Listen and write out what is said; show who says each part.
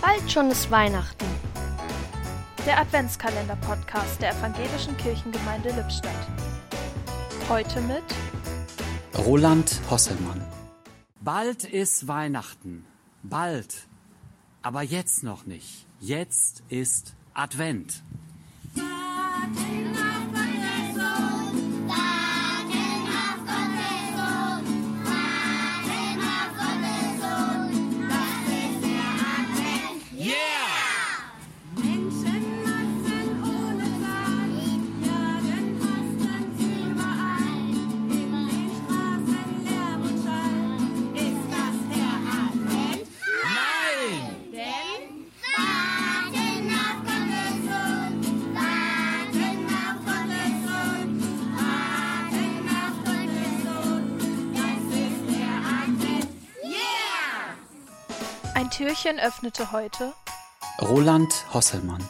Speaker 1: Bald schon ist Weihnachten.
Speaker 2: Der Adventskalender-Podcast der Evangelischen Kirchengemeinde Lippstadt. Heute mit
Speaker 3: Roland Hosselmann. Bald ist Weihnachten. Bald. Aber jetzt noch nicht. Jetzt ist Advent.
Speaker 2: Ein Türchen öffnete heute
Speaker 3: Roland Hosselmann.